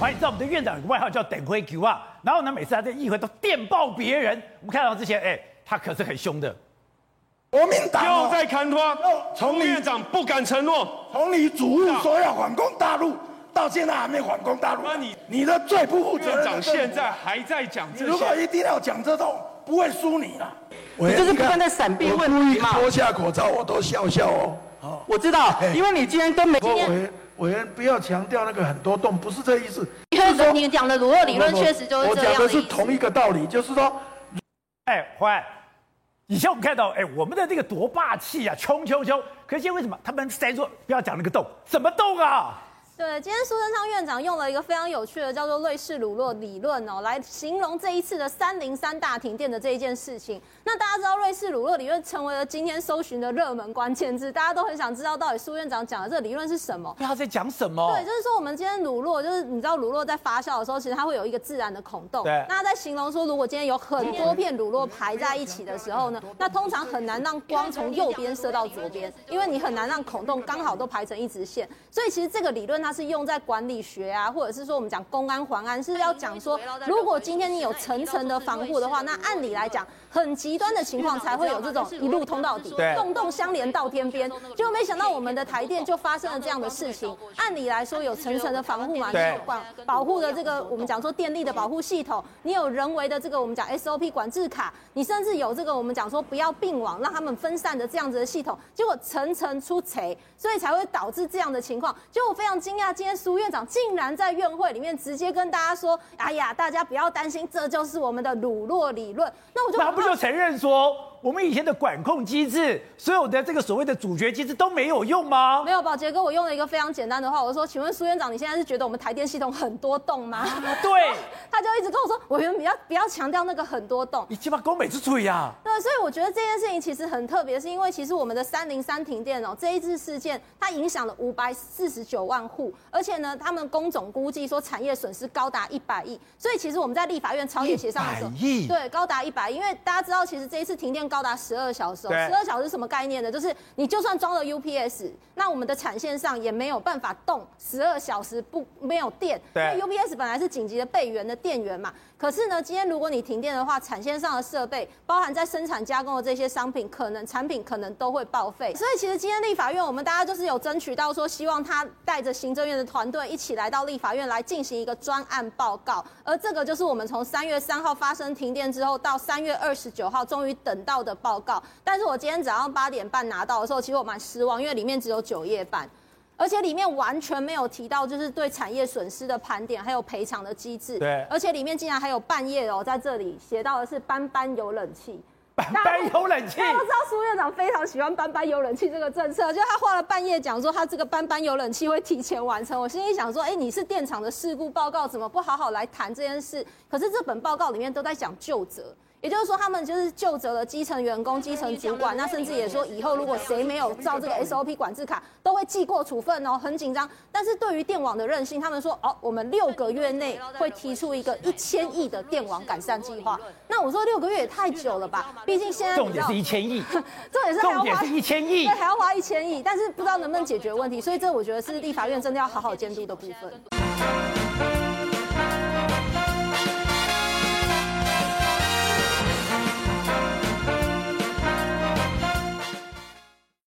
后来你知道我们的院长有个外号叫“等灰球”啊，然后呢，每次他在议会都电爆别人。我们看到之前，哎，他可是很凶的。国民党又哦在砍瓜，从院长不敢承诺，从你主务说要反攻大陆，到现在还没反攻大陆。那你你的最不负责任院的政长府现在还在讲你这如果些，一定要讲这种，不会输你啦。我你就是不断在闪避问题嘛我故意脱下口罩，我都笑笑哦。我知道，哎因为你今天都没今今天天委员委员不要强调那个很多洞，不是这意思。确实，你讲的裸露理论我确实就是我这样讲的的是意思。同一个道理，就是说，哎，坏！以前我们看到，哎，我们的这个多霸气啊，冲冲冲！可是现在为什么他们在说不要讲那个洞，什么洞啊？对，今天苏贞昌院长用了一个非常有趣的叫做瑞士乳酪理论哦，来形容这一次的三零三大停电的这一件事情。那大家知道瑞士乳酪理论成为了今天搜寻的热门关键字，大家都很想知道到底苏院长讲的这个理论是什么。不知道他在讲什么对，？就是说我们今天乳酪，就是你知道乳酪在发酵的时候，其实它会有一个自然的孔洞。对那它在形容说，如果今天有很多片乳酪排在一起的时候呢，那通常很难让光从右边射到左边，因为你很难让孔洞刚好都排成一直线。所以其实这个理论它是用在管理学啊，或者是说我们讲公安还安，是要讲说，如果今天你有层层的防护的话，那按理来讲，很极端的情况才会有这种一路通到底对，洞洞相连到天边。结果没想到我们的台电就发生了这样的事情。按理来说有层层的防护嘛，你对有管保护的这个我们讲说电力的保护系统，你有人为的这个我们讲 SOP 管制卡，你甚至有这个我们讲说不要并网，让他们分散的这样子的系统，结果层层出贼，所以才会导致这样的情况。就我非常惊讶，今天苏院长竟然在院会里面直接跟大家说：“哎呀，大家不要担心，这就是我们的乳酪理论。”那我就那他不很好就奇承认说，我们以前的管控机制，所有的这个所谓的主角机制都没有用吗没？有，宝杰哥，我用了一个非常简单的话，我说：“请问苏院长，你现在是觉得我们台电系统很多洞吗？” 对，他就一直跟我说：“我们不要不要强调那个很多洞。你鸡巴狗美之嘴呀！对，所以我觉得这件事情其实很特别，是因为其实我们的三零三停电哦，这一次事件它影响了五百四十九万户，而且呢，他们工总估计说产业损失高达一百亿，所以其实我们在立法院超级协商的时候100，亿对，高达一百，因为大家知道，其实这一次停电高达十二小时、哦，对十二小时是什么概念呢？就是你就算装了 UPS，那我们的产线上也没有办法动十二小时不没有电，对因为 UPS 本来是紧急的备援的电源嘛，可是呢，今天如果你停电的话，产线上的设备，包含在生产加工的这些商品，可能产品可能都会报废。所以其实今天立法院我们大家就是有争取到说，希望他带着行政院的团队一起来到立法院来进行一个专案报告，而这个就是我们从三月三号发生停电之后到三月二十九号终于等到的报告。但是我今天早上八点半拿到的时候，其实我蛮失望，因为里面只有九页半。而且里面完全没有提到就是对产业损失的盘点，还有赔偿的机制。对而且里面竟然还有半夜哦，在这里写到的是班班有冷气。班班有冷气，大家都知道苏院长非常喜欢班班有冷气这个政策，就他花了半夜讲说他这个班班有冷气会提前完成。我心里想说，哎、你是电厂的事故报告，怎么不好好来谈这件事？可是这本报告里面都在讲就责。也就是说，他们就是就责了基层员工、基层主管，那甚至也说以后如果谁没有照这个 SOP 管制卡，都会记过处分哦，很紧张。但是对于电网的韧性，他们说哦，我们六个月内会提出一个一千亿的电网改善计划。那我说六个月也太久了吧，毕竟现在重你知点道是一千亿， 重点是还要重点花是一千亿对，。还要花一千亿，但是不知道能不能解决问题，所以这我觉得是立法院真的要好好监督的部分。